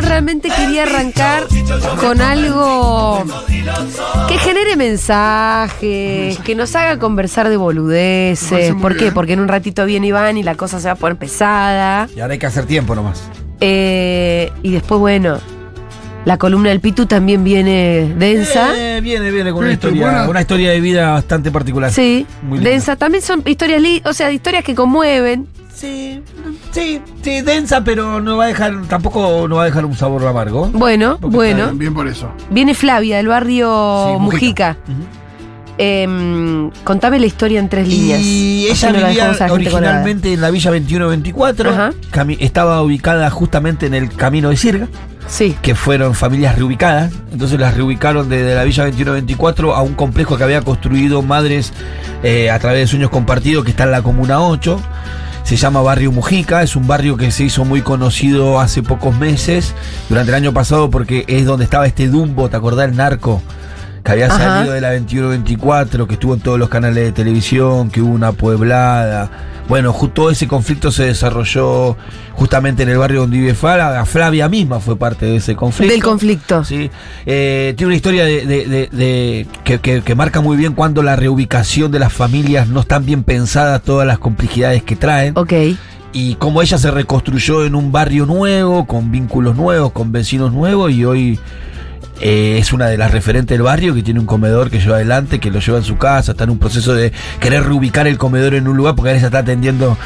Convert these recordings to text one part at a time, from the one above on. realmente quería arrancar con algo que genere mensajes, que nos haga conversar de Me parece boludeces. muy ¿Por qué? bien. Porque en un ratito viene Iván y la cosa se va a poner pesada. Y ahora hay que hacer tiempo nomás. Eh, y después, bueno, la columna del Pitu también viene densa. Eh, viene, viene con una Listo, historia, buena. una historia de vida bastante particular. Sí, Muy linda. densa. También son historias, li- o sea, historias que conmueven. Sí, sí, sí, densa, pero no va a dejar, tampoco no va a dejar un sabor amargo. Bueno, Porque bueno. Bien, bien por eso. Viene Flavia del barrio Sí, Mujica. Mujica. Em, contame la historia en tres líneas. Y Así ella no la vivía dejamos a la gente colgada. originalmente en la Villa 2124, Ajá. cami- estaba ubicada justamente en el Camino de Sirga, Sí. que fueron familias reubicadas, entonces las reubicaron desde la Villa 2124 a un complejo que había construido Madres eh, a través de Sueños Compartidos, que está en la Comuna 8, se llama Barrio Mujica, es un barrio que se hizo muy conocido hace pocos meses, durante el año pasado, porque es donde estaba este Dumbo, ¿te acordás? El narco. Que había Ajá. salido de la 21-24, que estuvo en todos los canales de televisión, que hubo una pueblada. Bueno, ju- todo ese conflicto se desarrolló justamente en el barrio donde vive Fala. Flavia misma fue parte de ese conflicto. Del conflicto. Sí. Eh, tiene una historia de, de- de- de- que, que- que marca muy bien cuando la reubicación de las familias no están bien pensadas, todas las complejidades que traen Ok. y cómo ella se reconstruyó en un barrio nuevo, con vínculos nuevos, con vecinos nuevos, y hoy eh, es una de las referentes del barrio que tiene un comedor que lleva adelante, que lo lleva en su casa, está en un proceso de querer reubicar el comedor en un lugar, porque ahora ella está atendiendo,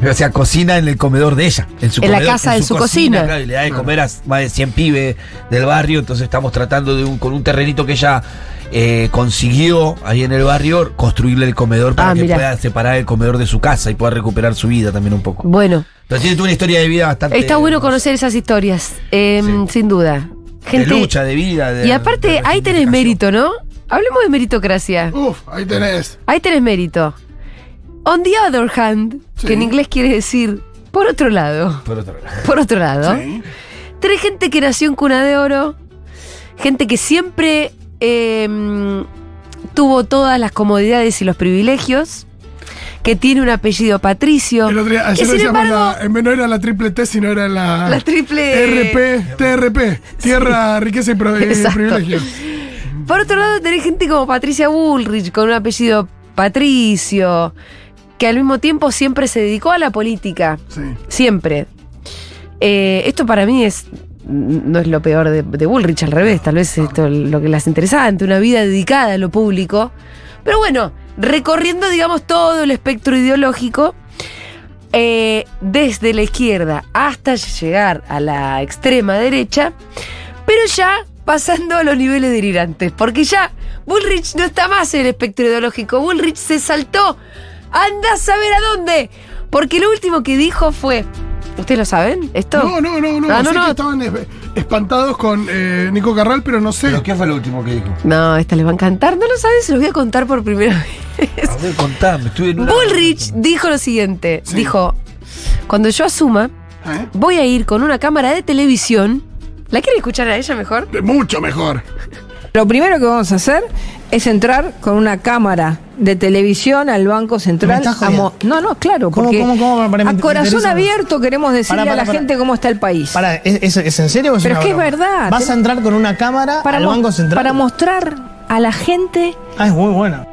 o sea, cocina en el comedor de ella, en su En la comedor, casa de su cocina. claro, y le da de comer a más de 100 pibes del barrio, entonces estamos tratando de un, con un terrenito que ella... eh, consiguió ahí en el barrio construirle el comedor para Ah, que mirá. pueda separar el comedor de su casa y pueda recuperar su vida también un poco. Bueno. Pero tiene una historia de vida bastante. Está bueno conocer esas historias. em, Sin duda. De Gente. lucha, de vida. de- y aparte, de ahí tenés mérito, reivindicación. ¿no? Hablemos de meritocracia. Uf, ahí tenés. Ahí tenés mérito. On the other hand, Sí. que en inglés quiere decir por otro lado. Por otro lado. Por otro lado. Sí. Tres gente que nació en cuna de oro, gente que siempre eh, tuvo todas las comodidades y los privilegios, que tiene un apellido Patricio. El otro día, ayer sin decíamos, embargo- la- en vez no era la triple T, sino era la, La triple RP, TRP, Tierra, Riqueza y pro- eh, Exacto. Privilegio. Por otro lado, tenés gente como Patricia Bullrich, con un apellido Patricio, que al mismo tiempo siempre se dedicó a la política. Sí. Siempre. Eh, esto para mí es. No es lo peor de, de Bullrich, al revés, tal vez esto es lo que las interesante, una vida dedicada a lo público. Pero bueno, recorriendo, digamos, todo el espectro ideológico, eh, desde la izquierda hasta llegar a la extrema derecha, pero ya pasando a los niveles delirantes, porque ya Bullrich no está más en el espectro ideológico, Bullrich se saltó, anda a saber a dónde, porque lo último que dijo fue, ¿ustedes lo saben? Esto... No, no, no, no. Ah, no, sé no. que estaban es- espantados con eh, Nico Carral, pero no sé. ¿Pero qué fue lo último que dijo? No, esta les va a encantar, no lo saben, se los voy a contar por primera vez. A ver, contame. Estuve en una- Bullrich dijo lo siguiente, Sí. dijo, cuando yo asuma, ¿Eh? voy a ir con una cámara de televisión. ¿La quieren escuchar a ella mejor? Mucho mejor. Lo primero que vamos a hacer es entrar con una cámara de televisión al Banco Me Central. estás a mo- no, no, claro, ¿Cómo, porque cómo, cómo? Para mí a me corazón interesa. abierto queremos decirle Pará, pará, a la pará. gente cómo está el país. Pará, ¿es, es, es en serio o es Pero una es que es broma? verdad. ¿Vas a entrar con una cámara Para al mo- Banco Central? Para mostrar a la gente Ah, es muy buena.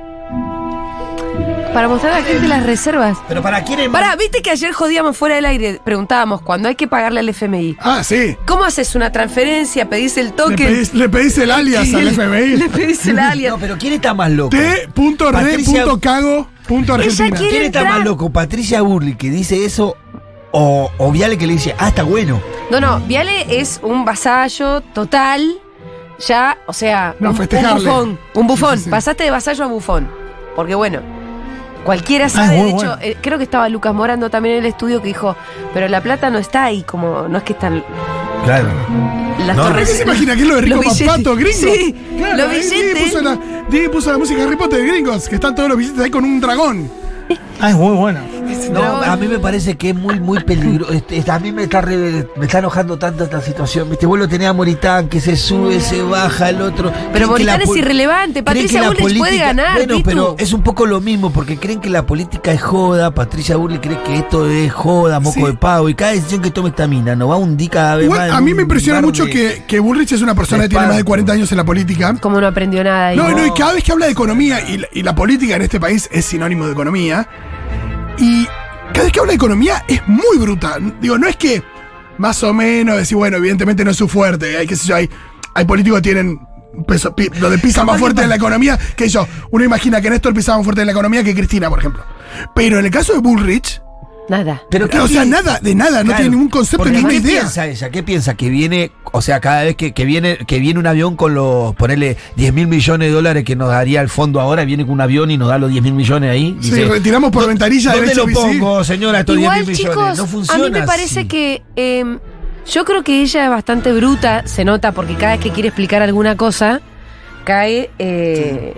Para mostrar a la gente las reservas. Pero para quién es Pará, viste que ayer jodíamos fuera del aire, preguntábamos cuando hay que pagarle al FMI. Ah, sí. ¿Cómo haces una transferencia? ¿Pedís el Le toque? pedís, le pedís el alias al Le FBI. pedís el alias. No, pero ¿quién está más loco? Patricia- T.re.cago.argentina. Ella quiere- ¿Quién está entrar? más loco? ¿Patricia Burley que dice eso? O, o Viale que le dice, ah, está bueno. No, no, Viale es un vasallo total. Ya, o sea, No, un, un festejarle. bufón. Un bufón. Sí, sí, sí. Pasaste de vasallo a bufón. Porque bueno, cualquiera Ah, sabe. muy de hecho, bueno. eh, creo que estaba Lucas Morando también en el estudio que dijo, pero la plata no está ahí, como no es que están Claro. las No, ¿Pero torres. qué se imagina? ¿Qué es lo de Rico Los billetes. Papato, gringos? Sí, los ahí Diego billetes. puso, la, Diego puso la música de Harry Potter de gringos, que están todos los billetes ahí con un dragón. Ah, es muy buena. Es un No, dragón. a mí me parece que es muy, muy peligroso. Este, este, a mí me está, re- me está enojando tanto esta situación. Viste, vos lo tenés a Moritán, que se sube, se Mm. baja, el otro. Creen que Pero Moritán la es pol- irrelevante. creen que Patricia la Bullrich puede política- ganar. Bueno, Pitu. pero es un poco lo mismo, porque creen que la política es joda. Patricia Burley cree que esto es joda, moco Sí. de pavo. Y cada decisión que tome esta mina nos va a hundir cada vez Igual, más. en a mí un me impresiona lugar mucho de- que, que Bullrich es una persona que tiene más de 40 años en la política. Como no aprendió nada. No, digo. no, y cada vez que habla de economía, y, la- y la política en este país es sinónimo de economía, y cada vez que habla de economía es muy bruta. Digo, no es que más o menos decir, bueno, evidentemente no es su fuerte, hay qué sé yo, hay, hay políticos que tienen peso, pi- lo de pisa más fuerte en la economía que yo. Uno imagina que Néstor pisaba más fuerte en la economía que Cristina, por ejemplo. Pero en el caso de Bullrich, Nada. Pero ¿qué o sea, pi- nada, de nada, no Claro, tiene ningún concepto, porque ninguna ¿qué idea. piensa ella? ¿Qué piensa? Que viene, o sea, cada vez que, que viene que viene un avión con los, ponerle 10 mil millones de dólares que nos daría el fondo ahora, viene con un avión y nos da los 10 mil millones ahí. Sí, pues, Dice, retiramos por ventanilla del ¿Dónde lo HBC. pongo, señora, estos 10 Igual, mil millones? chicos, No a funciona mí me parece así. que eh, yo creo que ella es bastante bruta, se nota, porque cada vez que quiere explicar alguna cosa, cae eh,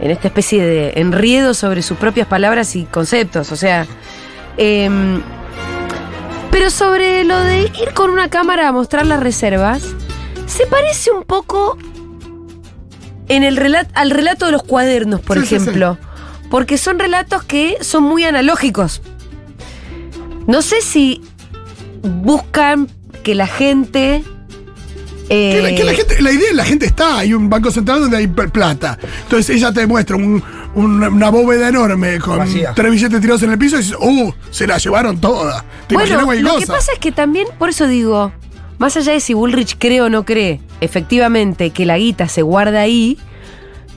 en esta especie de enriedo sobre sus propias palabras y conceptos. O sea, eh, pero sobre lo de ir con una cámara a mostrar las reservas, se parece un poco en el relat- al relato de los cuadernos, por Sí, sí, sí. ejemplo. Porque son relatos que son muy analógicos. No sé si buscan que la gente. Que la, eh, que la gente- la idea es la gente está, hay un banco central donde hay pl- plata. Entonces ella te muestra un- un- una bóveda enorme con Vacía. tres billetes tirados en el piso y dices, ¡uh! Se la llevaron toda. ¿Te bueno, imaginas cualquier lo que cosa? pasa es que también, por eso digo, más allá de si Bullrich cree o no cree, efectivamente que la guita se guarda ahí,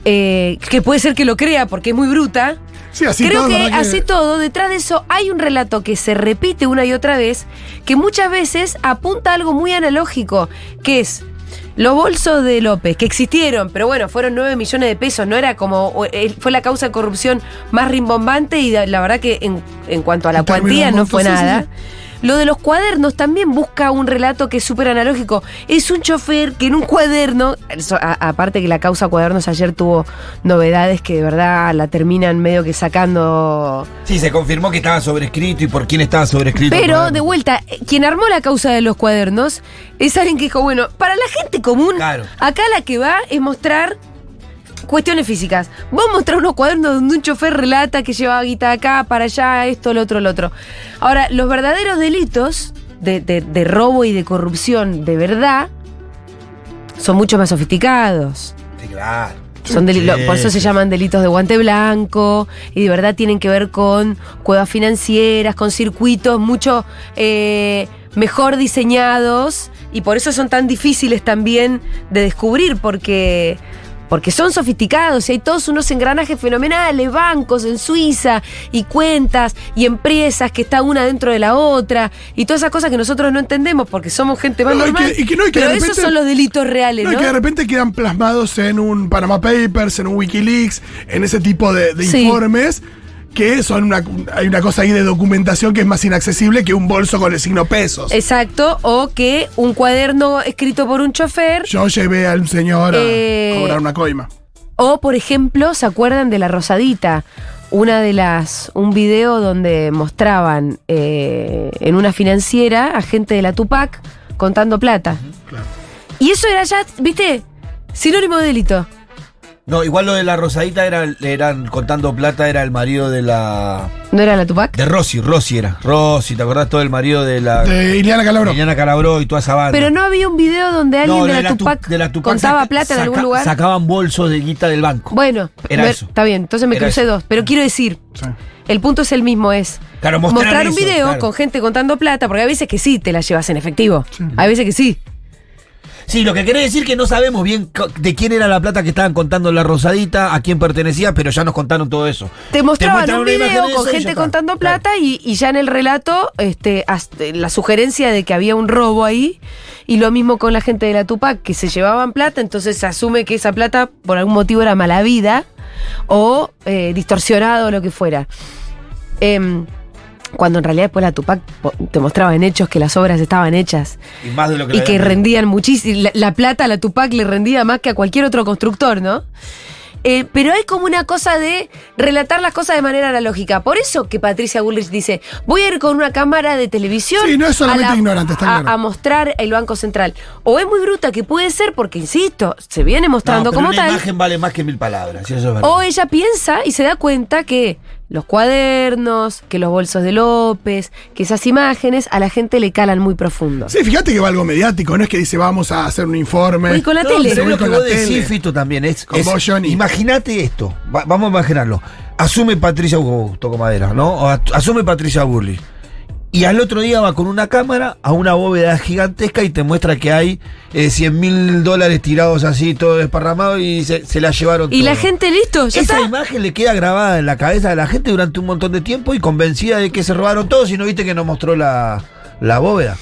eh, que puede ser que lo crea porque es muy bruta. Sí, así Creo todo, que ¿verdad que- así todo, detrás de eso hay un relato que se repite una y otra vez, que muchas veces apunta a algo muy analógico, que es los bolsos de López, que existieron, pero bueno, fueron 9 millones de pesos, no era como, o- eh, fue la causa de corrupción más rimbombante y da- la verdad que en, en cuanto a la En términos cuantía no montos, fue sí, sí, nada. sí. Lo de los cuadernos también busca un relato que es súper analógico. Es un chofer que en un cuaderno, eso, a- aparte que la causa cuadernos ayer tuvo novedades que de verdad la terminan medio que sacando. Sí, se confirmó que estaba sobrescrito y por quién estaba sobrescrito. Pero Bueno, de vuelta, eh, quien armó la causa de los cuadernos es alguien que dijo, bueno, para la gente común, Claro. acá la que va es mostrar cuestiones físicas. Vos mostrás unos cuadernos donde un chofer relata que llevaba guita acá, para allá, esto, lo otro, lo otro. Ahora, los verdaderos delitos de, de- de robo y de corrupción de verdad son mucho más sofisticados. Sí, claro. Son deli- Sí, lo- por eso se sí, llaman delitos de guante blanco y de verdad tienen que ver con cuevas financieras, con circuitos mucho eh, mejor diseñados y por eso son tan difíciles también de descubrir porque... Porque son sofisticados y hay todos unos engranajes fenomenales, bancos en Suiza y cuentas y empresas que está una dentro de la otra y todas esas cosas que nosotros no entendemos porque somos gente más No, y que- normal. y que no, y que de pero esos repente- son los delitos reales, No, ¿no? y que de repente quedan plasmados en un Panama Papers, en un Wikileaks, en ese tipo de, de Sí. informes. Que son una, hay una cosa ahí de documentación que es más inaccesible que un bolso con el signo pesos. Exacto, o que un cuaderno escrito por un chofer. Yo llevé al señor a Eh, cobrar una coima. O, por ejemplo, ¿se acuerdan de La Rosadita? Una de las. un video donde mostraban eh, en una financiera a gente de la Tupac contando plata. claro. Y eso era ya, ¿viste? Sinónimo de delito. No, igual lo de la rosadita era, el- eran contando plata, era el marido de la. ¿No era la Tupac? De Rosy, Rosy era. Rosy, ¿te acordás todo el marido de la. De Ileana Calabro. Liliana Calabró y toda esa banda. Pero no había un video donde alguien Ah, No, de, lo la Tu- Tupac de la Tupac contaba saca- plata en saca- algún lugar. Sacaban bolsos de guita del banco. bueno, Era ver- eso. está bien, entonces me Era crucé eso. dos. Pero quiero decir, Sí. el punto es el mismo, es. Claro, mostrar, mostrar, un eso, video claro. con gente contando plata, porque hay veces que sí te la llevas en efectivo. Hay veces que sí. Sí, lo que quiere decir que no sabemos bien co- de quién era la plata que estaban contando en la rosadita, a quién pertenecía, pero ya nos contaron todo eso. Te mostraban un una imagen video de con eso y gente ya está. contando Claro. plata y, y ya en el relato este, hasta- la sugerencia de que había un robo ahí. Y lo mismo con la gente de la Tupac, que se llevaban plata, entonces se asume que esa plata por algún motivo era mala vida o eh, distorsionado o lo que fuera. Em, cuando en realidad después la Tupac po- te mostraba en hechos que las obras estaban hechas. Y más de lo que Y le que habían- rendían muchísimo. La, la plata a la Tupac le rendía más que a cualquier otro constructor, ¿no? Eh, pero hay como una cosa de relatar las cosas de manera analógica. Por eso que Patricia Bullrich dice, voy a ir con una cámara de televisión Sí, no es solamente a, ignorante, está a- claro. a mostrar el Banco Central. O es muy bruta, que puede ser, porque, insisto, se viene mostrando No, pero como una tal. imagen vale más que mil palabras. sí, eso es verdad. O ella piensa y se da cuenta que los cuadernos, que los bolsos de López, que esas imágenes a la gente le calan muy profundo. Sí, fíjate que va algo mediático, no es que dice vamos a hacer un informe. Voy con la No, tele. pero es lo Voy que con la vos decís, tele. Fito, también. Es, Con es- vos, Johnny. Imagínate esto. Va- vamos a imaginarlo. Asume Patricia Burley, toco madera, ¿no? O at- Asume Patricia Burley. Y al otro día va con una cámara a una bóveda gigantesca y te muestra que hay 100 mil dólares tirados así, todo desparramado y se, se la llevaron Y la todo. gente, listo, ya Esa está. imagen le queda grabada en la cabeza de la gente durante un montón de tiempo y convencida de que se robaron todos y no viste que no mostró la, la bóveda.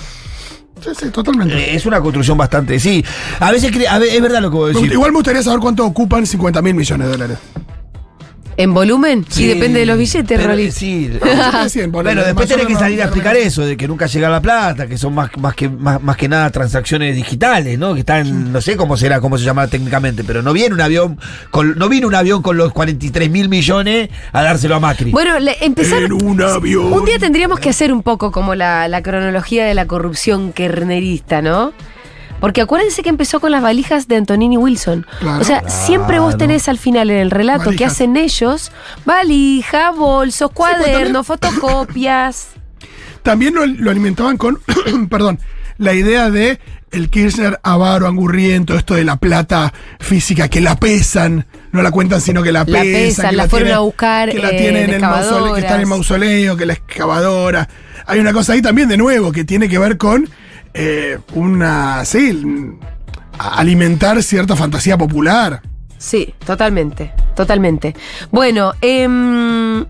Sí, sí, totalmente. Eh, Es una construcción bastante, sí. A veces cre- a ve- es verdad lo que vos Me decís. gusta- Igual me gustaría saber cuánto ocupan 50 mil millones de dólares. En volumen, Sí, y depende de los billetes, pero, Rolly. eh, Sí. Ah, sí, sí, ponele, bueno, después más o tenés que menos, salir a más o menos. explicar eso, de que nunca llega la plata, que son más, más que más, más que nada transacciones digitales, ¿no? Que están, no sé cómo será, cómo se llama técnicamente, pero no viene un avión con, no viene un avión con los 43 mil millones a dárselo a Macri. Bueno, le- empezar. En un avión. Un día tendríamos que hacer un poco como la, la cronología de la corrupción kernerista, ¿no? Porque acuérdense que empezó con las valijas de Antonini Wilson. Claro. o sea, siempre vos Claro. tenés al final en el relato que Valijas. hacen ellos valija, bolsos, pues, también- cuadernos, fotocopias. También lo, lo alimentaban con, perdón, la idea de el Kirchner avaro, angurriento, esto de la plata física, que la pesan, no la cuentan, sino que la La pesan. pesan, que la fueron tienen- a buscar, Que la eh, tienen en en el mausoleo, que está en el excavadoras. mausoleo, que la excavadora. Hay una cosa ahí también, de nuevo, que tiene que ver con eh, una, sí, a- alimentar cierta fantasía popular. Sí, totalmente, totalmente. Bueno, em,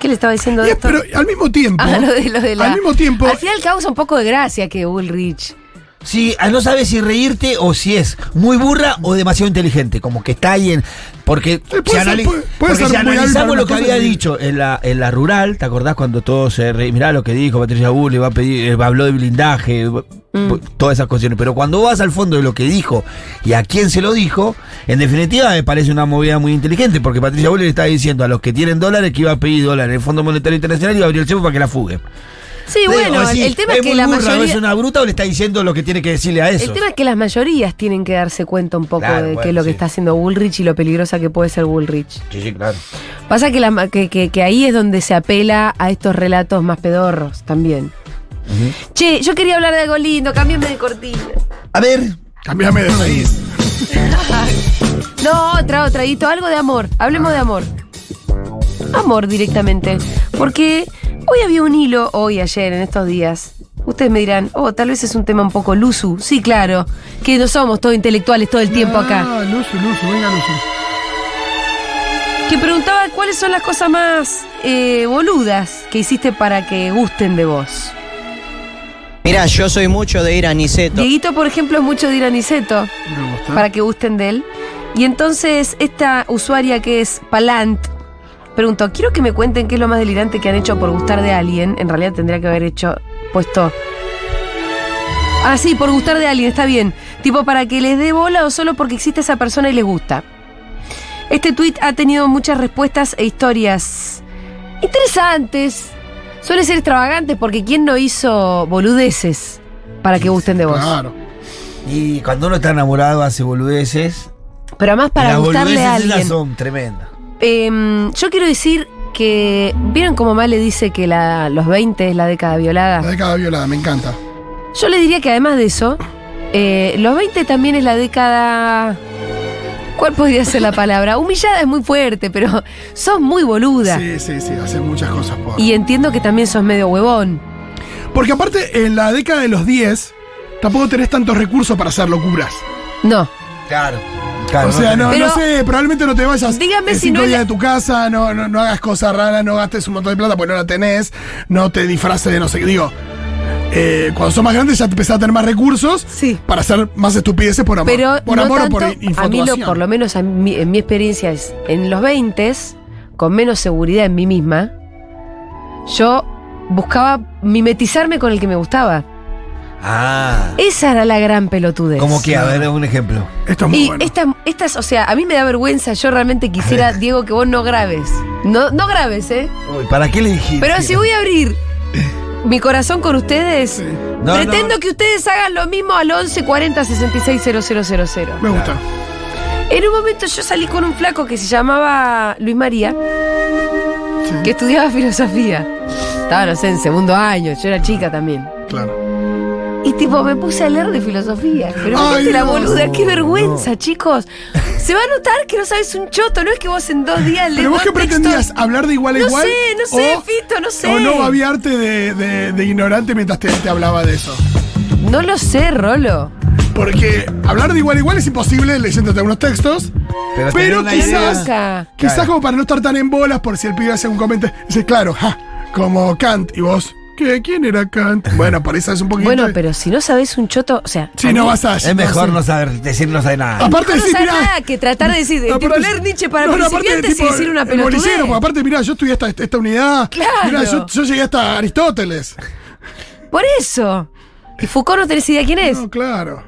¿qué le estaba diciendo Y de es- esto? pero al mismo tiempo, Ah, lo de, lo de la- al mismo tiempo, Al final causa un poco de gracia que Ulrich. Sí, ah, no sabes si reírte o si es muy burra o demasiado inteligente, como que está ahí en... Porque Eh, puede si, ser, anali- puede- puede porque ser si muy hábil analizamos para lo una que cosa había y- dicho en la, en la rural, ¿te acordás cuando todo se reí? Mirá lo que dijo Patricia Bull, va a pedir, eh, habló de blindaje, Mm. eh, todas esas cuestiones. Pero cuando vas al fondo de lo que dijo y a quién se lo dijo, en definitiva me parece una movida muy inteligente, porque Patricia Bull le está diciendo a los que tienen dólares que iba a pedir dólares, el Fondo Monetario Internacional iba a abrir el cepo para que la fuguen. Sí, Digo, bueno, así, el tema es, que muy la burra, ¿no mayoría. es una bruta o le está diciendo lo que tiene que decirle a eso? El tema es que las mayorías tienen que darse cuenta un poco Claro, de qué bueno, es lo que sí. está haciendo Bullrich y lo peligrosa que puede ser Bullrich. Sí, sí, claro. Pasa que, la ma- que, que- que ahí es donde se apela a estos relatos más pedorros también. Che, yo quería hablar de algo lindo, cámbiame de cortina. A ver. cambiame de país. No, otra, otra, Dito, algo de amor. Hablemos de amor. Amor directamente. Porque hoy había un hilo, hoy, ayer, en estos días. Ustedes me dirán, oh, tal vez es un tema un poco lusu. Sí, claro, que no somos todos intelectuales todo el tiempo acá. Ah, Luzu, Luzu, venga Luzu. que preguntaba cuáles son las cosas más eh, boludas que hiciste para que gusten de vos. Mira, yo soy mucho de ir a Niceto. Dieguito, por ejemplo, es mucho de ir a Niceto Me gusta. para que gusten de él. Y entonces esta usuaria que es Palant preguntó, quiero que me cuenten qué es lo más delirante que han hecho por gustar de alguien. En realidad tendría que haber hecho, puesto... Ah, sí, por gustar de alguien, está bien. Tipo, para que les dé bola o solo porque existe esa persona y les gusta. Este tuit ha tenido muchas respuestas e historias interesantes. Suele ser extravagante porque ¿quién no hizo boludeces para que gusten de vos? Claro. Y cuando uno está enamorado hace boludeces. Pero además para las gustarle boludeces a esas alguien. son tremendas. Em, yo quiero decir que. ¿Vieron cómo Male dice que la- los 20 es la década La violada? década violada, me encanta. Yo le diría que además de eso, eh, los 20 también es la década. ¿Cuál podría ser la palabra? Humillada es muy fuerte, pero sos muy boluda. Sí, sí, sí, hacer muchas cosas por. Y entiendo que también sos medio huevón. Porque aparte, en la década de los 10, tampoco tenés tantos recursos para hacer locuras. No. Claro. claro o sea, no, Pero- no sé, probablemente no te vayas Dígame el si quinto no es día la- de tu casa, no, no, no hagas cosas raras, no gastes un montón de plata porque no la tenés, no te disfraces de no sé qué. Digo, eh, cuando sos más grande ya te empezás a tener más recursos Sí. para hacer más estupideces por amor. Pero por no amor tanto, o por a mí lo, infatuación. por lo menos a mí- en mi experiencia es en los 20 con menos seguridad en mí misma, yo buscaba mimetizarme con el que me gustaba. Ah. Esa era la gran pelotudez. Como que, a ver, un ejemplo. Esto es muy Y bueno. estas, estas, o sea, a mí me da vergüenza, yo realmente quisiera, Diego, que vos no grabes. No, no grabes, ¿eh? Uy, ¿Para qué le dijiste? Pero si voy a abrir mi corazón con ustedes, No, pretendo no. que ustedes hagan lo mismo al 11 40 66 000. Me gusta. En un momento yo salí con un flaco que se llamaba Luis María, que estudiaba filosofía. Estaba, no sé, en segundo año, yo era chica también. Claro. Y tipo, me puse a leer de filosofía. Pero Ay, fíjate la no, boluda, qué vergüenza, chicos. Se va a notar que no sabes un choto, no es que vos en dos días lees Pero vos dos qué textos. pretendías, hablar de igual a No igual. sé, no sé, o- Fito, no sé. O no babiarte de, de- de ignorante mientras te, te hablaba de eso. No lo sé, Rolo. Porque hablar de igual a igual es imposible leyéndote algunos textos. Pero Pero, tener una quizás. idea. Quizás Claro. como para no estar tan en bolas por si el pibe hace un comentario. Dice, claro, ja, como Kant. Y vos, ¿qué? ¿Quién era Kant? Bueno, por eso es un poquito. Bueno, pero si no sabes un choto, o sea. Si no vas a. Es mejor no saber, decir no sabe nada. Aparte Ah, no decir, sabes mirá, nada que tratar de decir, Aparte- tipo, leer Nietzsche para No, no, aparte, principiantes tipo, y decir el una pelotudez. bolillero, porque aparte, mirá, yo estudié esta, esta unidad. Claro. Mirá, yo, yo llegué hasta Aristóteles. Por eso. Y Foucault no tenés idea quién es. No, claro.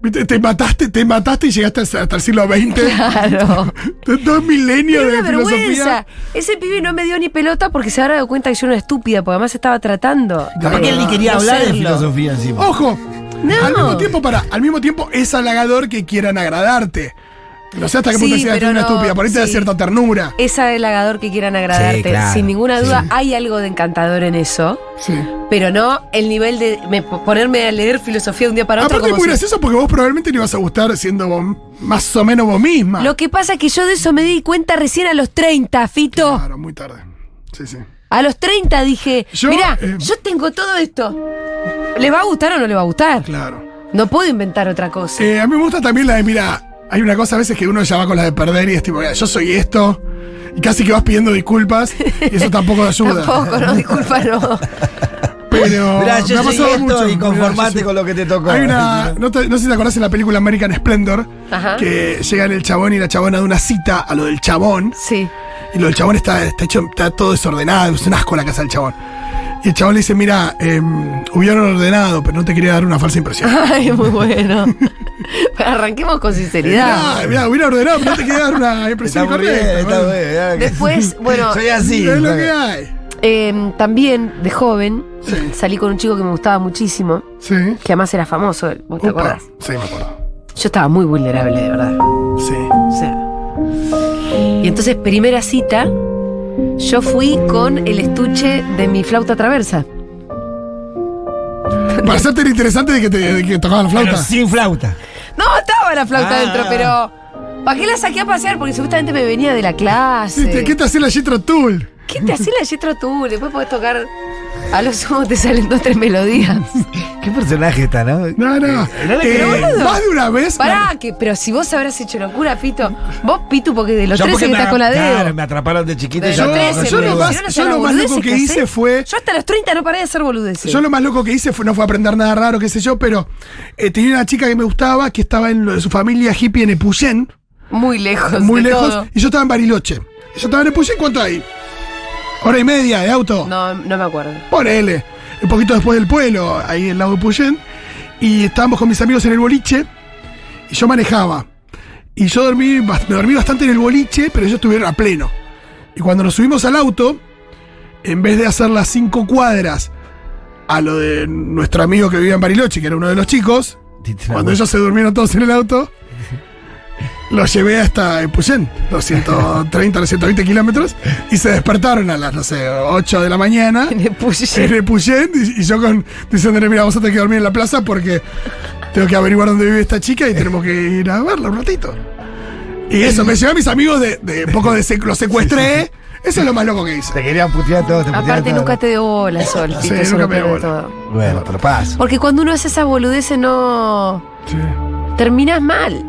Viste, Te, mataste, te mataste y llegaste hasta, hasta el siglo XX. Claro. Dos milenios Era una de filosofía. vergüenza. Ese pibe no me dio ni pelota porque se habrá dado cuenta que yo era una estúpida, porque además estaba tratando. Capaz de que él ni quería no hablar de serlo. filosofía encima. Ojo. No. Al mismo tiempo, para, al mismo tiempo es halagador que quieran agradarte. No sé hasta qué punto Sí, te pero una no, estúpida, por ahí te da sí. cierta ternura. Es halagador que quieran agradarte. Sí, claro, Sin ninguna duda, sí. hay algo de encantador en eso. Sí. Pero no el nivel de me- ponerme a leer filosofía de un día para otro. Aparte es como muy si- gracioso porque vos probablemente le vas a gustar siendo vos- más o menos vos misma. Lo que pasa es que yo de eso me di cuenta recién a los 30, Fito. Claro, muy tarde. Sí, sí. A los 30 dije, Yo, mirá, eh, yo tengo todo esto. ¿Le va a gustar o no le va a gustar? Claro. No puedo inventar otra cosa. Eh, a mí me gusta también la de, mira, hay una cosa a veces que uno ya va con la de perder y es tipo, mira, yo soy esto. Y casi que vas pidiendo disculpas y eso tampoco ayuda. Tampoco, no, disculpa, no. Pero Mirá, me yo ha soy pasado esto mucho. y Mirá, yo conformate soy- con lo que te tocó. Hay una, no, te- no sé si te acordás en la película American Splendor, Ajá. que llegan el chabón y la chabona de una cita a lo del chabón, Sí. y lo del chabón está, está hecho, está todo desordenado, es un asco la casa del chabón. Y el chabón le dice, mira, em, hubieron ordenado, pero no te quería dar una falsa impresión. Ay, muy bueno. Pero arranquemos con sinceridad. mira, hubiera ordenado, pero no te quería dar una Está impresión muy bien, correcta. está bueno. muy bien, mirá que- Después, bueno, Soy así. es lo que hay. eh, también de joven Sí. salí con un chico que me gustaba muchísimo, Sí. que además era famoso, ¿vos te Opa. acordás? Sí, me acuerdo. Yo estaba muy vulnerable, de verdad. Sí. O sea. Y entonces, primera cita, yo fui con el estuche de mi flauta traversa. Para hacerte lo interesante de que, te, de que tocabas la flauta. Pero sin flauta. No, estaba la flauta Ah. dentro, pero. ¿Para qué la saqué a pasear? Porque supuestamente me venía de la clase. Sí, te- ¿Qué te hacía la Jethro Tool? ¿Qué te hacía la Jetro tú? Después podés tocar. A los humos te salen dos tres melodías. Qué personaje está, ¿no? No, no. no le Eh, creo. más de una vez. Pará, que, pero si vos habrás hecho locura, Pito. Vos, Pitu, porque de los Yo 13 porque que me estás con la dedo. Claro, me atraparon de chiquito. y De ya los no- 13, no yo pero lo llego. más- si no, no yo sean lo las más loco boludeces que hice hacés. fue- Yo hasta los 30 no paré de hacer boludeces. Yo lo más loco que hice fue, no fue aprender nada raro, qué sé yo, pero eh, tenía una chica que me gustaba, que estaba en lo de su familia hippie en Epuyén, Muy lejos. muy de lejos, todo. y yo estaba en Bariloche. Yo estaba en Epuyén, ¿cuánto hay? Hora y media de auto. No, no me acuerdo. Ponele. Un poquito después del pueblo, ahí en lado de Epuyén. Y estábamos con mis amigos en el boliche, y yo manejaba. Y yo dormí, bast- me dormí bastante en el boliche, pero ellos estuvieron a pleno. Y cuando nos subimos al auto, en vez de hacer las cinco cuadras a lo de nuestro amigo que vivía en Bariloche, que era uno de los chicos, cuando ellos se durmieron todos en el auto, los llevé hasta eh, Epuyén, 230, 220 kilómetros, y se despertaron a las, no sé, 8 de la mañana. En Epuyén. En Epuyén, y, y yo con, diciéndole, mira, vos tenés que dormir en la plaza porque tengo que averiguar dónde vive esta chica y tenemos que ir a verla un ratito. Y eso, me llevé a mis amigos de, de un poco de sec- los secuestré. Eso es lo más loco que hice. Te querían putear todo, te putearon Aparte, todo. nunca te dio bola, Sol. Fito, Sí, eso nunca lo me dio peor de bola. todo. Bueno, pero paso. Porque cuando uno hace esas boludeces, no. Terminas mal.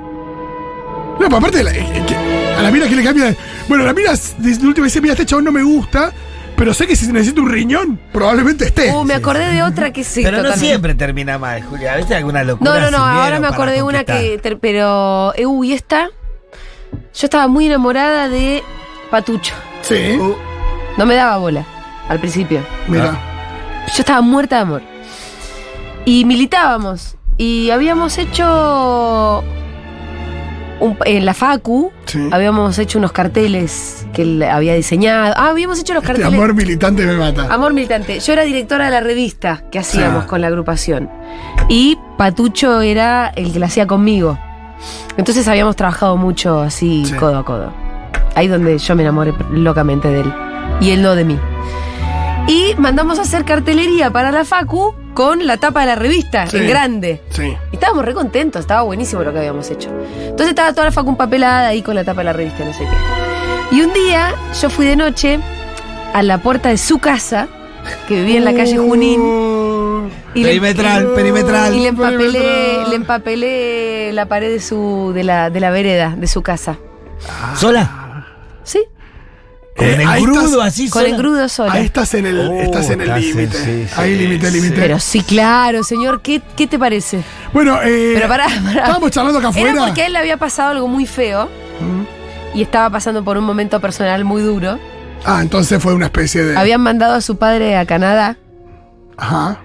No, pero aparte, la- eh, que- a la mina que le cambia. Bueno, la mina s- dice- la última dice: Mira, este chabón no me gusta, pero sé que si necesito un riñón, probablemente esté. Uh, me acordé de otra que sí. Pero no totalmente. siempre termina mal, Julia. A veces alguna locura. No, no, no, asumieron ahora me para acordé de una que. conquistar. ter- pero. eh, uy, esta. Yo estaba muy enamorada de Patucho. Sí, Uh, No me daba bola al principio. mira. Yo estaba muerta de amor. y militábamos. Y habíamos hecho. un- en la Facu, Sí. habíamos hecho unos carteles que él había diseñado. Ah, habíamos hecho los Este carteles. amor militante me mata. Amor militante. Yo era directora de la revista que hacíamos Ah. con la agrupación. Y Patucho era el que la hacía conmigo. Entonces habíamos trabajado mucho así, Sí. codo a codo. Ahí donde yo me enamoré locamente de él. Y él no de mí. Y mandamos a hacer cartelería para la Facu con la tapa de la revista, Sí. en grande. Sí. Y estábamos re contentos, estaba buenísimo lo que habíamos hecho. Entonces estaba toda la facu empapelada ahí con la tapa de la revista, no sé qué. Y un día yo fui de noche a la puerta de su casa, que vivía en la calle Junín. Y le- Perimetral, perimetral. Y le empapelé, le empapelé la pared de, su, de, la, de la vereda, de su casa. Ah. ¿Sola? ¿Sí? Con Eh, el ahí engrudo estás- así Con sola. engrudo sola. Ahí estás en el, Oh, estás en el estás en- límite. sí, sí, ahí límite, sí. límite. Pero sí, claro, señor, ¿qué, qué te parece? Bueno, eh, Pero pará, pará. estábamos charlando acá afuera. Era porque a él le había pasado algo muy feo Mm. y estaba pasando por un momento personal muy duro. Ah, entonces fue una especie de. Habían mandado a su padre a Canadá. Ajá.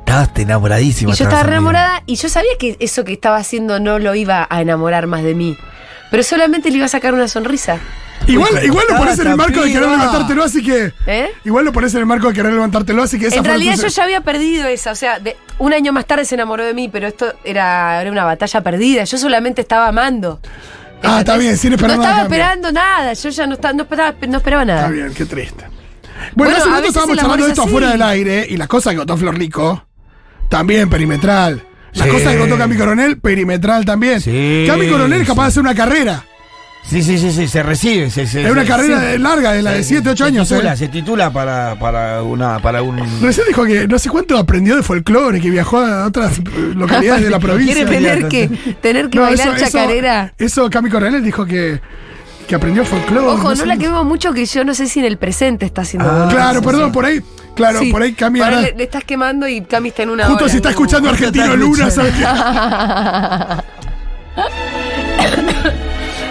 Estabas Y enamoradísima. yo estaba estabas re enamorada. enamorada y yo sabía que eso que estaba haciendo no lo iba a enamorar más de mí. Pero solamente le iba a sacar una sonrisa. Igual, igual lo pones en el marco de querer piba. levantártelo, así que. ¿eh? Igual lo pones en el marco de querer levantártelo, así que esa En fue realidad tu- yo ya había perdido esa. O sea, de- un año más tarde se enamoró de mí, pero esto era, era una batalla perdida. Yo solamente estaba amando. Ah, está bien, sin No esperar nada. estaba a cambio. esperando nada. Yo ya no, estaba, no, esperaba, no esperaba nada. Está bien, qué triste. Bueno, Bueno, hace un a rato veces estábamos el amor charlando de es esto así. afuera del aire y las cosas que contó Flor Rico, también perimetral. Las Sí. cosas que contó Cami Coronel, perimetral también. Sí, Cami Coronel sí. capaz de hacer una carrera. Sí, sí, sí, sí, se recibe. Se, se- Es una se- carrera sí. de- larga, de la de Se- 7, 8 años. Se titula, ¿eh? se titula para, para, una, para un. Recién dijo que no sé cuánto aprendió de folclore, que viajó a otras eh, localidades de la provincia. Quiere tener que, tener que No, bailar chacarera. Eso, Cami Coronel dijo que, que aprendió folclore. Ojo, no sé. la quememos mucho que yo no sé si en el presente está haciendo. Ah, Claro, perdón, por ahí. Claro, Sí. por ahí Cami Por ahí ahora- le, le estás quemando y Cami está en una. Justo hora. si está escuchando Argentino está Luna, escuchando. ¿sabes qué?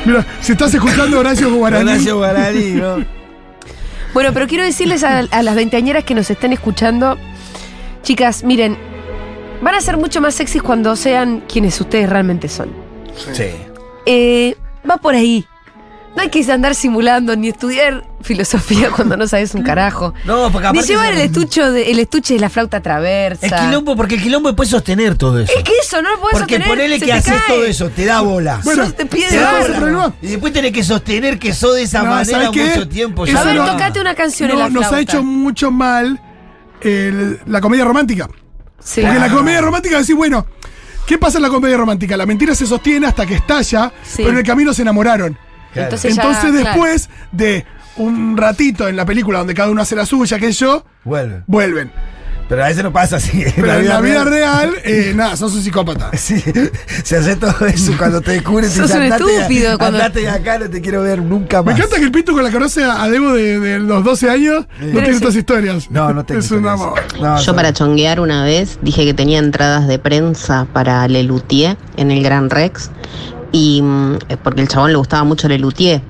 Mira, si estás escuchando Horacio Guaraní. Horacio Guaraní, ¿no? Bueno, pero quiero decirles a, a las veinteañeras que nos están escuchando, chicas, miren, van a ser mucho más sexys cuando sean quienes ustedes realmente son. Sí. Eh, va por ahí. No hay que andar simulando ni estudiar filosofía cuando no sabes un carajo. No, porque Ni aparte. llevar el, es- estucho de- el estuche de la flauta traversa. Es quilombo, porque el quilombo puede sostener todo eso. Es que eso no lo puedes Porque sostener, ponele se que te haces cae. todo eso, te da bola. Bueno, Sos de pie Te de da ¿sabes barro. el problema? Y después tenés que sostener que sos de esa No, ¿sabes manera qué? mucho tiempo. Eso A ver, no- tocate una canción en No, la nos flauta. ha hecho mucho mal el- la comedia romántica. Sí. Ah, Porque la comedia romántica decís, bueno, ¿qué pasa en la comedia romántica? La mentira se sostiene hasta que estalla, Sí. pero en el camino se enamoraron. Entonces, ya, Entonces claro. después de un ratito en la película donde cada uno hace la suya, que yo, Vuelve. vuelven. Pero a veces no pasa así. en Pero en la vida real. real, eh, nada, sos un psicópata. Sí, se hace todo eso cuando te descubres. Sos te un estúpido cuando- Andate de acá, no te quiero ver nunca Me más. encanta que el Pitu con la conoce a a Debo de, de los 12 años no tiene estas historias. No, no te Es un amor. Yo para chonguear una vez dije que tenía entradas de prensa para Lelutier en el Gran Rex y mm, es porque el chabón le gustaba mucho Lelutier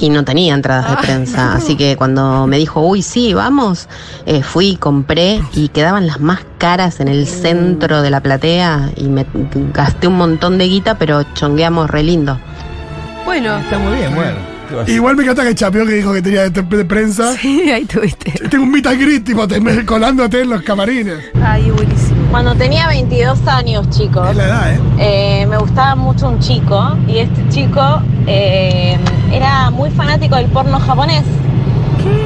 y no tenía entradas de prensa, así que cuando me dijo, uy, sí, vamos, eh, fui, compré y quedaban las más caras en el centro de la platea y me gasté un montón de guita, pero chongueamos re lindo. Bueno, Está muy bien, bueno. Igual me encanta que Chapeó que dijo que tenía de, de prensa. sí, ahí tuviste. Tengo un meet and greet, tipo, te- me- colándote en los camarines. Ay, buenísimo. Cuando tenía 22 años, chicos, Es la edad, ¿eh? eh, me gustaba mucho un chico y este chico eh, era muy fanático del porno japonés.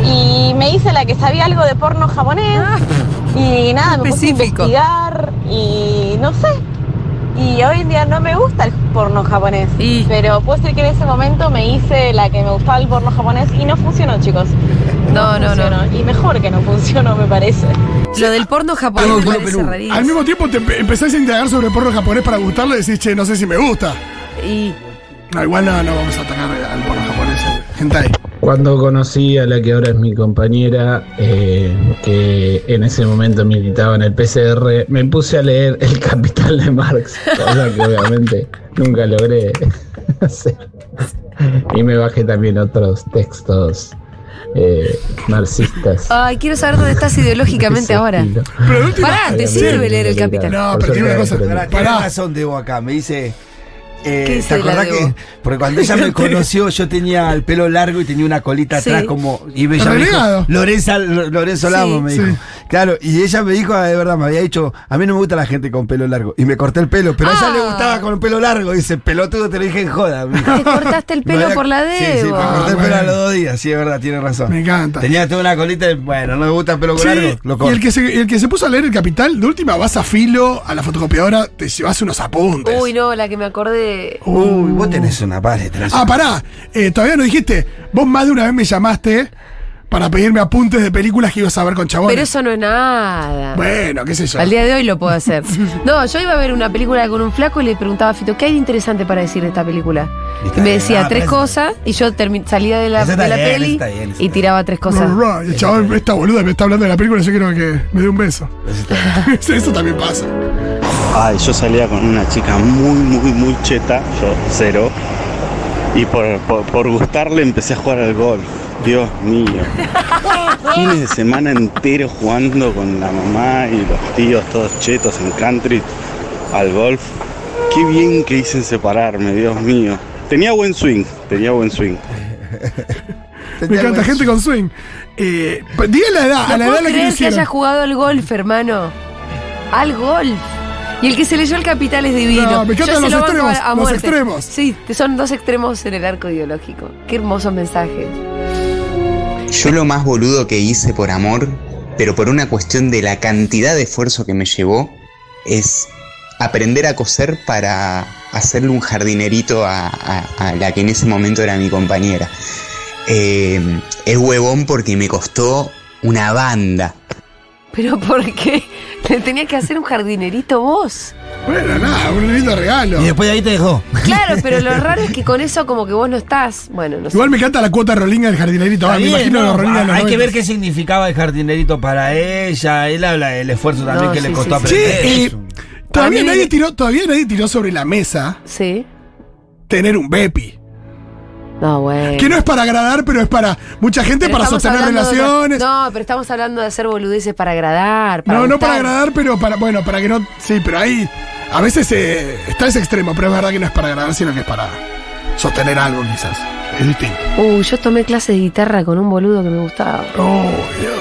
Y me hice la que sabía algo de porno japonés y nada, Ah. me puse a específico. investigar y no sé. Y hoy en día no me gusta el porno japonés. Y- Pero puede ser que en ese momento me hice la que me gustaba el porno japonés y no funcionó, chicos. No, no, no. Funcionó. Y mejor que no funcionó, me parece. Lo del porno japonés me parece rarísimo. Al mismo tiempo te empe- empezás a indagar sobre el porno japonés para gustarlo y decís, che, no sé si me gusta. Y No, igual no, no vamos a atacar al porno japonés. eh. Gente ahí. Cuando conocí a la que ahora es mi compañera, eh, que en ese momento militaba en el PCR, me puse a leer El Capital de Marx, cosa que obviamente nunca logré hacer. Y me bajé también otros textos eh, marxistas. Ay, quiero saber dónde estás ideológicamente Ah, ahora. Pero de última- Pará, te sirve leer el capital. No, pero tiene una cosa. Pará, tiene Pará. razón Debo acá, me dice. eh, ¿Qué dice ¿Te la acordás Debo? que? Porque cuando ella me conoció, yo tenía el pelo largo y tenía una colita Sí. atrás como. Y ella me dijo, Renegado. Lorenza, Lo- Lorenzo Sí. Lamo me dijo. Sí. Claro, y ella me dijo, ah, de verdad, me había dicho, a mí no me gusta la gente con pelo largo. Y me corté el pelo, pero a ella Ah. le gustaba con pelo largo. Dice, pelotudo, te lo dije en joda. me dijo. Te cortaste el Me pelo había- por la Sí, sí, me debo. corté el Ah, pelo a bueno. los dos días, sí, es verdad, tiene razón. Me encanta. Tenía toda una colita, y, bueno, no me gusta el pelo Sí, largo, lo y corto. el que, se, el que se puso a leer el capital, de última vas a filo, a la fotocopiadora, te llevas unos apuntes. Uh. Uy, no, la que me acordé. Uy, vos tenés una pared, tenés Ah, pará, eh, todavía no dijiste. Vos más de una vez me llamaste para pedirme apuntes de películas que ibas a ver con chabones. Pero eso no es nada. Bueno, qué sé yo. Al día de hoy lo puedo hacer. No, yo iba a ver una película con un flaco y le preguntaba a Fito, ¿qué hay de interesante para decir de esta película? Y Y está me bien, decía ah, tres pero- cosas y yo termi- salía de la, Eso está de la bien, peli está bien, está y bien. tiraba tres No, cosas. no, el chabón, esta boluda me está hablando de la película, yo quiero que me dé un beso. Eso también pasa. Ay, yo salía con una chica muy, muy, muy cheta, yo cero. Y por, por- por gustarle empecé a jugar al golf. Dios mío. Fines de semana entero jugando con la mamá y los tíos, todos chetos en country, al golf. Qué bien que hice en separarme, Dios mío. Tenía buen swing, tenía buen swing. Me encanta gente con swing. Eh, pa- diga la edad, a la No edad puedo a la que lo creer que haya hicieron. jugado al golf, hermano. Al golf. Y el que se leyó el capital es divino. No, me Yo encantan se los lo banco extremos, a- a los muerte. extremos. Sí, son dos extremos en el arco ideológico. Qué hermosos mensajes. Yo lo más boludo que hice por amor, pero por una cuestión de la cantidad de esfuerzo que me llevó, es aprender a coser para hacerle un jardinerito a, a- a la que en ese momento era mi compañera. Eh, es huevón porque me costó una banda. Pero ¿por qué? Le tenías que hacer un jardinerito vos. Bueno, nada, un lindo regalo. Y después de ahí te dejó. Claro, pero lo raro es que con eso como que vos no estás. Bueno, no sé. Igual me encanta la cuota rolinga del jardinerito. Está ah, me bien, imagino no, los rolinga de los Hay que ver 90. qué significaba el jardinerito para ella. Él habla del esfuerzo también No, que sí, le costó sí, sí. aprender. Che, Es eh, un- Todavía A mí- nadie, tiró, todavía nadie tiró sobre la mesa Sí. tener un Bepi. No, bueno. Que no es para agradar, pero es para mucha gente Pero para estamos sostener hablando de otra- relaciones. no, pero estamos hablando de hacer boludeces para agradar. Para No, no gustar. para agradar, pero para, bueno, para que no. Sí, pero ahí. A veces eh, está ese extremo, pero es verdad que no es para agradar, sino que es para sostener algo, quizás. Es distinto. Uh, yo tomé clases de guitarra con un boludo que me gustaba. Oh, Dios.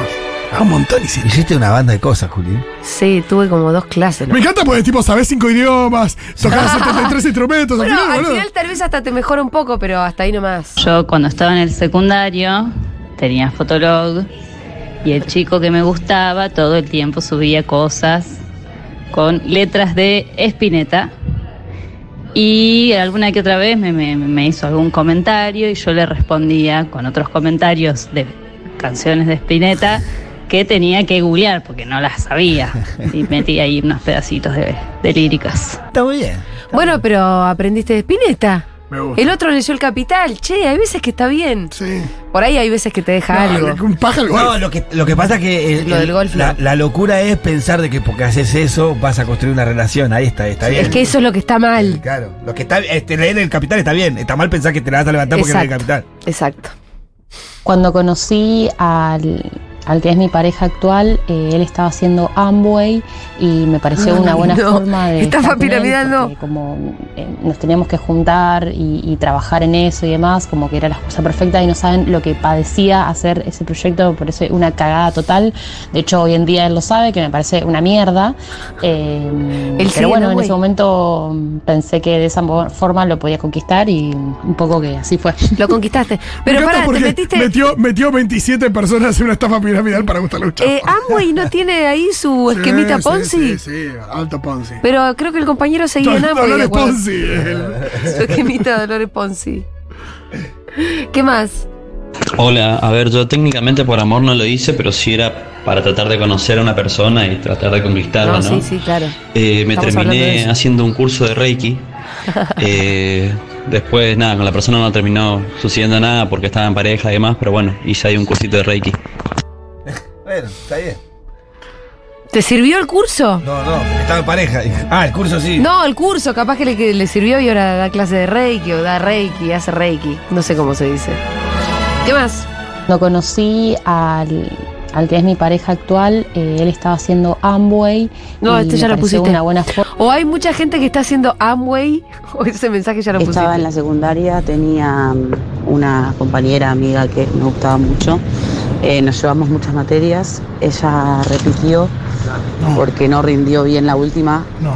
Ah, un montón hiciste. Hiciste una banda de cosas, Juli. Sí, tuve como dos clases. ¿no? Me encanta porque, tipo, sabés cinco idiomas, tocás 73 instrumentos. Bueno, al final, al boludo. final tal vez hasta te mejora un poco, pero hasta ahí nomás. Yo cuando estaba en el secundario tenía fotolog y el chico que me gustaba todo el tiempo subía cosas con letras de espineta y alguna que otra vez me, me- me hizo algún comentario y yo le respondía con otros comentarios de canciones de espineta que tenía que googlear porque no las sabía y metí ahí unos pedacitos de, de líricas. Está muy bien. Bueno, pero aprendiste de Spinetta. Me gusta. El otro leyó el capital. Che, hay veces que está bien. Sí. Por ahí hay veces que te deja No, algo. Un paja al No, golf. lo que, lo que pasa es que eh, Lo del golf, la, no. la locura es pensar de que porque haces eso vas a construir una relación. Ahí está, está bien. Es que eso es lo que está mal. Claro, lo que está este, leer el capital está bien. Está mal pensar que te la vas a levantar porque lees el Exacto. capital. Exacto. Cuando conocí al, al que es mi pareja actual, eh, él estaba haciendo Amway y me pareció Ay, una buena no. forma de. Estafa estar con él, piramidal, porque Como eh, nos teníamos que juntar y, y trabajar en eso y demás, como que era la cosa perfecta y no saben lo que padecía hacer ese proyecto, por eso una cagada total. De hecho, hoy en día él lo sabe, que me parece una mierda. Eh, sigue en pero bueno, en Amway. ese momento mm, pensé que de esa mo- forma lo podía conquistar y un poco que así fue. Lo conquistaste. Me Pero encanta pará, te porque metiste. Metió, metió 27 personas en una estafa piramidal para gustarle a un chavo. Eh, Amway no tiene ahí su Sí, esquemita sí, Ponzi. Sí, sí, alto Ponzi. Pero creo que el compañero seguía en Amway. de Dolores acuerdo. Ponzi. el- Su esquemita Dolores Ponzi. ¿Qué más? Hola, a ver, yo técnicamente por amor no lo hice, pero sí era para tratar de conocer a una persona y tratar de conquistarla, ¿no? sí, sí, claro. Eh, me Estamos hablando de terminé eso. haciendo un curso de Reiki. Eh, después, nada, con la persona no terminó sucediendo nada porque estaba en pareja y demás, pero bueno, hice ahí un cursito de Reiki. Bueno, está bien. ¿Te sirvió el curso? No, no, porque estaba en pareja. Ah, el curso sí. No, el curso, capaz que le, que le sirvió y ahora da clase de Reiki o da Reiki, hace Reiki. No sé cómo se dice. ¿Qué más? Cuando conocí al, al que es mi pareja actual, eh, él estaba haciendo Amway. No, y este me ya lo pareció pusiste. Una buena forma. O hay mucha gente que está haciendo Amway, o ese mensaje ya lo pusiste. Estaba en la secundaria, tenía mm, una compañera amiga que me gustaba mucho. Eh, nos llevamos muchas materias. Ella repitió porque no rindió bien la última. No.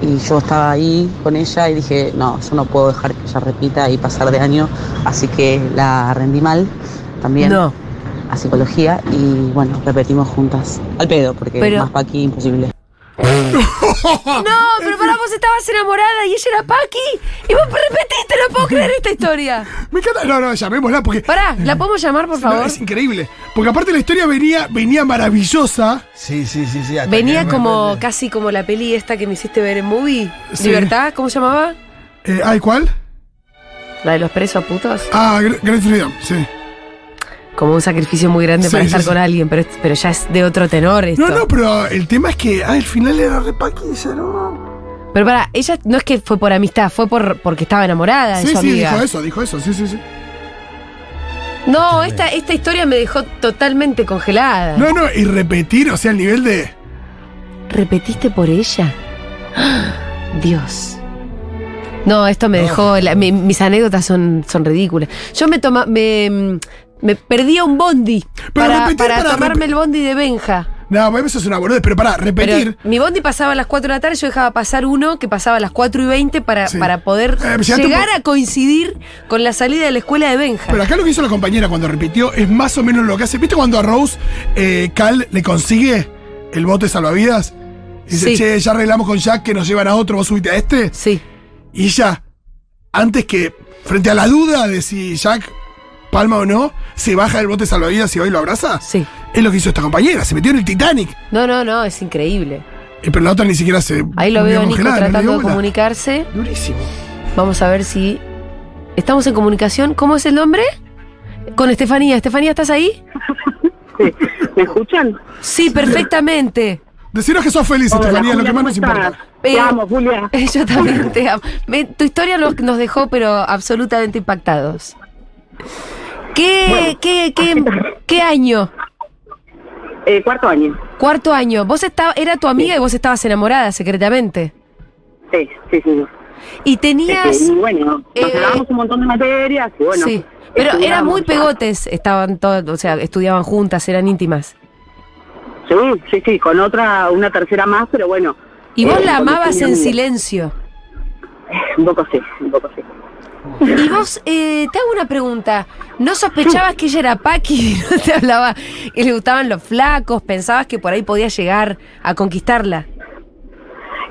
Y yo estaba ahí con ella y dije, no, yo no puedo dejar que ella repita y pasar de año. Así que la rendí mal también. No. A psicología y bueno, repetimos juntas. Al pedo, porque Pero- más para aquí imposible. No, pero para vos estabas enamorada y ella era Paqui. Y vos repetiste, no puedo creer esta historia. Me encanta. No, no, llamémosla porque. Pará, ¿la podemos llamar, por No, favor? es increíble. Porque aparte la historia venía, venía maravillosa. Sí, sí, sí, sí. Venía como casi como la peli esta que me hiciste ver en movie. Sí. ¿Libertad? ¿Cómo se llamaba? Eh, ¿Ay, cuál? La de los presos putos. Ah, Gre- Great Freedom, sí. Como un sacrificio muy grande Sí, para sí, estar sí. con alguien, pero, es- pero ya es de otro tenor esto. No, no, pero el tema es que ah, al final era re paquilla, ¿no? Pero para, ella no es que fue por amistad, fue por porque estaba enamorada de Sí, su sí, amiga. dijo eso, dijo eso, sí, sí, sí. No, esta, esta historia me dejó totalmente congelada. No, no, y repetir, o sea, el nivel de. ¿Repetiste por ella? Dios. No, esto me dejó. la- mi- mis anécdotas son, son ridículas. Yo me toma, me, mm, me perdía un bondi para, repetir para para tomarme repe- el bondi de Benja. No, bueno, eso es una boludez, pero pará, repetir. Pero mi bondi pasaba a las 4 de la tarde, yo dejaba pasar uno que pasaba a las 4 y 20 para, Sí. para poder Eh, llegaste un llegar po- a coincidir con la salida de la escuela de Benja. Pero acá lo que hizo la compañera cuando repitió es más o menos lo que hace. ¿Viste cuando a Rose eh, Cal le consigue el bote salvavidas? Y dice, Sí. che, ya arreglamos con Jack que nos llevan a otro, vos subiste a este. Sí. Y ella, antes que, frente a la duda de si Jack palma o no, se baja del bote salvavidas y hoy lo abraza. Sí. Es lo que hizo esta compañera, se metió en el Titanic. No, no, no, es increíble. Eh, pero la otra ni siquiera se. Ahí lo veo a digamos, Nico que nada, no le tratando dio de bola. comunicarse. Durísimo. Vamos a ver si estamos en comunicación. ¿Cómo es el nombre? Con Estefanía. Estefanía, ¿estás ahí? ¿Me escuchan? Sí, perfectamente. Deciros que sos feliz, Hola, Estefanía, lo Julia, que más nos ¿cómo estás? importa. Pero- Te amo, Julia. Yo también te amo. Me- tu historia nos, nos dejó, pero absolutamente impactados. ¿Qué, qué, qué, qué año? Eh, cuarto año. Cuarto año. Vos estaba, era tu amiga y vos estabas enamorada secretamente. Sí, sí, sí. Y tenías. Este, y bueno, nos eh, llevábamos un montón de materias y bueno. sí. Pero eran estudiábamos muy ya. pegotes, estaban todas, o sea, estudiaban juntas, eran íntimas. Sí, sí, sí, con otra, una tercera más, pero bueno. Y vos Eh, la cuando amabas en teníamos- silencio. Un poco sí, un poco sí. Y vos, eh, te hago una pregunta. ¿No sospechabas que ella era Paqui? ¿No te hablaba? ¿Y le gustaban los flacos? ¿Pensabas que por ahí podía llegar a conquistarla?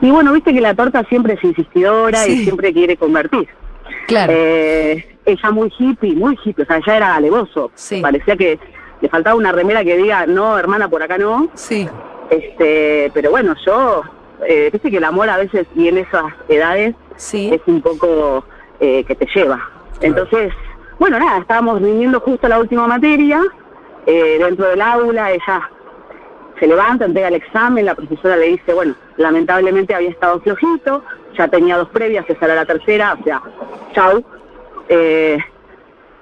Y bueno, viste que la torta siempre es insistidora Sí. y siempre quiere convertir. Claro. Eh, ella muy hippie, muy hippie, o sea, ella era alevoso. Parecía que le faltaba una remera que diga, no, hermana, por acá no. Sí. Este, pero bueno, yo, eh, viste que el amor a veces y en esas edades es un poco eh, que te lleva. Entonces, bueno, nada, estábamos rindiendo justo la última materia eh, dentro del aula, ella se levanta, entrega el examen, la profesora le dice, bueno, lamentablemente había estado flojito, ya tenía dos previas, esa era la tercera, o sea, chau. Eh,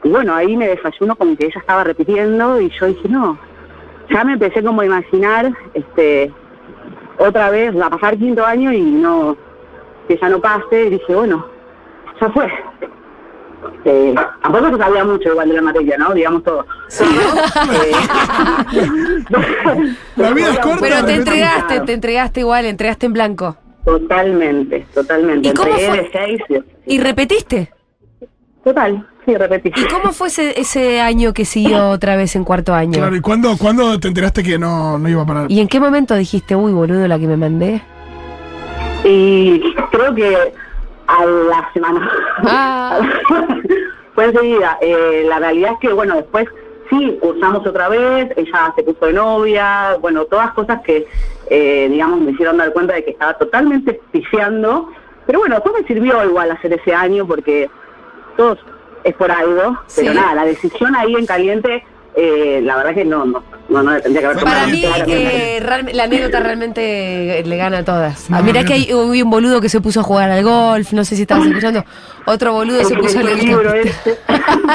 y bueno, ahí me desayuno como que ella estaba repitiendo y yo dije, no, ya me empecé como a imaginar, este, otra vez, a pasar quinto año y no, que ya no pase, y dije, bueno, ya fue. Eh, tampoco se sabía mucho igual de la materia, ¿no? Digamos todo. La vida es corta. Pero te de repente- entregaste, te entregaste igual, entregaste en blanco. Totalmente, totalmente. ¿Y cómo Entregué fue? de seis, ¿Y repetiste? Total, sí, repetí. ¿Y cómo fue ese, ese año que siguió otra vez en cuarto año? Claro, ¿y cuándo, cuándo te enteraste que no, no iba a parar? ¿Y en qué momento dijiste, uy, boludo, la que me mandé? Y creo que a la semana. Ah. Fue enseguida. Eh, la realidad es que, bueno, después sí, cursamos otra vez, ella se puso de novia, bueno, todas cosas que, eh, digamos, me hicieron dar cuenta de que estaba totalmente piseando. Pero bueno, después me sirvió igual hacer ese año porque todos es por algo, pero Sí. nada, la decisión ahí en caliente, eh, la verdad que no, no, no, no la tendría que haber Para tomado, mí, claramente. eh, realme- la anécdota realmente le gana a todas. Ah, mirá que hay, hubo un boludo que se puso a jugar al golf, no sé si estabas escuchando. Otro boludo se puso a leer el libro capítulo.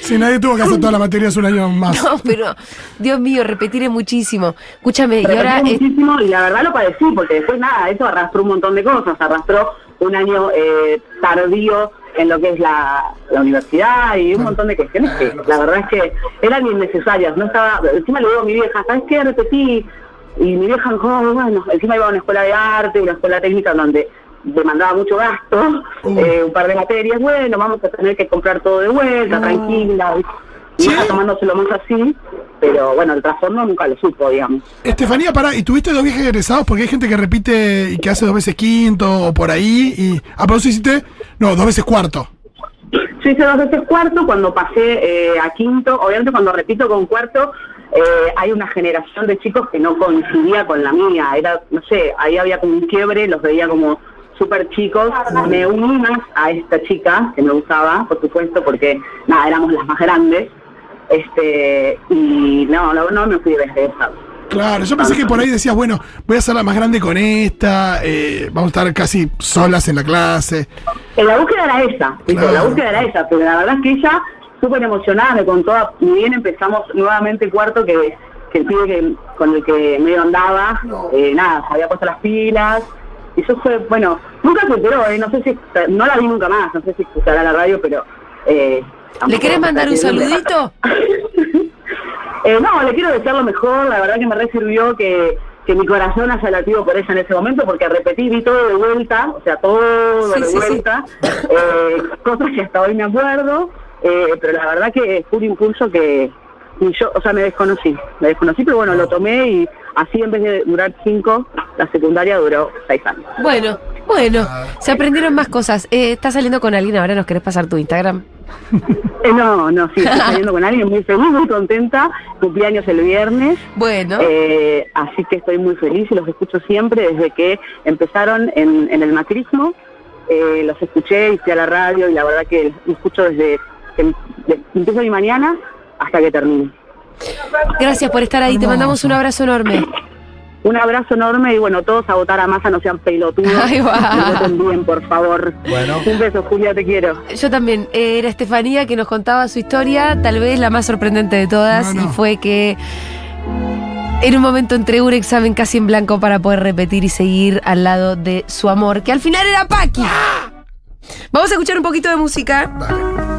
Si nadie tuvo que hacer todas las materias un año más. No, pero, Dios mío, repetir es muchísimo. Escúchame, Pero y ahora. eh, aprendí es- muchísimo y la verdad lo padecí, porque después nada, eso arrastró un montón de cosas, arrastró un año eh, tardío en lo que es la, la universidad y un montón de cuestiones que la verdad es que eran innecesarias, no estaba, encima le digo a mi vieja, ¿sabes qué? Repetí, y mi vieja me dijo, "Ay, bueno, encima iba a una escuela de arte, una escuela técnica donde demandaba mucho gasto, eh, un par de materias, bueno, vamos a tener que comprar todo de vuelta, tranquila, y mi hija tomándoselo más así, pero bueno, el trastorno nunca lo supo, digamos. Estefanía, pará, ¿y tuviste dos viajes egresados? Porque hay gente que repite y que hace dos veces quinto o por ahí. Y, ah, pero vos hiciste, no, dos veces cuarto. Yo hice dos veces cuarto, cuando pasé eh, a quinto, obviamente cuando repito con cuarto, eh, hay una generación de chicos que no coincidía con la mía, era, no sé, ahí había como un quiebre, los veía como súper chicos, me uní más a esta chica que me gustaba, por supuesto, porque nada, éramos las más grandes, este, y no, no, no me fui desde esa. Claro, yo pensé que por ahí decías, bueno, voy a ser la más grande con esta, eh, vamos a estar casi solas en la clase. En la búsqueda era esa, ¿viste? la búsqueda era esa, pero la verdad es que ella, súper emocionada, me contó, a- ni bien empezamos nuevamente cuarto, que, que el pibe que, con el que medio andaba, eh, nada, se había puesto las pilas, y eso fue, bueno, nunca se enteró, eh, no sé si, no la vi nunca más, no sé si escuchará la radio, pero... eh, ¿Le querés mandar un saludito? eh, no, le quiero desear lo mejor, la verdad que me re sirvió que, que mi corazón haya latido por ella en ese momento, porque repetí, vi todo de vuelta, o sea, todo Sí, de sí, sí. vuelta, eh, cosas que hasta hoy me acuerdo, eh, pero la verdad que fue un impulso que y yo, o sea, me desconocí, me desconocí, pero bueno, lo tomé y así en vez de durar cinco, la secundaria duró seis años. Bueno, bueno, se aprendieron más cosas. Eh, ¿Estás saliendo con alguien ahora? ¿Nos querés pasar tu Instagram? Eh, no, no, sí, estoy saliendo con alguien muy feliz, muy contenta. Cumpleaños el viernes. Bueno. Eh, así que estoy muy feliz y los escucho siempre desde que empezaron en, en el macrismo. Eh, los escuché y fui a la radio y la verdad que los escucho desde que em- de- empiezo mi mañana hasta que termine. Gracias por estar ahí. Te mandamos un abrazo enorme. Un abrazo enorme y bueno, todos a votar a masa, no sean pelotudos. Ahí va. Y voten bien, por favor. Bueno. Un beso, Julia, te quiero. Yo también. Eh, Era Estefanía que nos contaba su historia, tal vez la más sorprendente de todas, y fue que en un momento entregó un examen casi en blanco para poder repetir y seguir al lado de su amor, que al final era Paqui. Vamos a escuchar un poquito de música.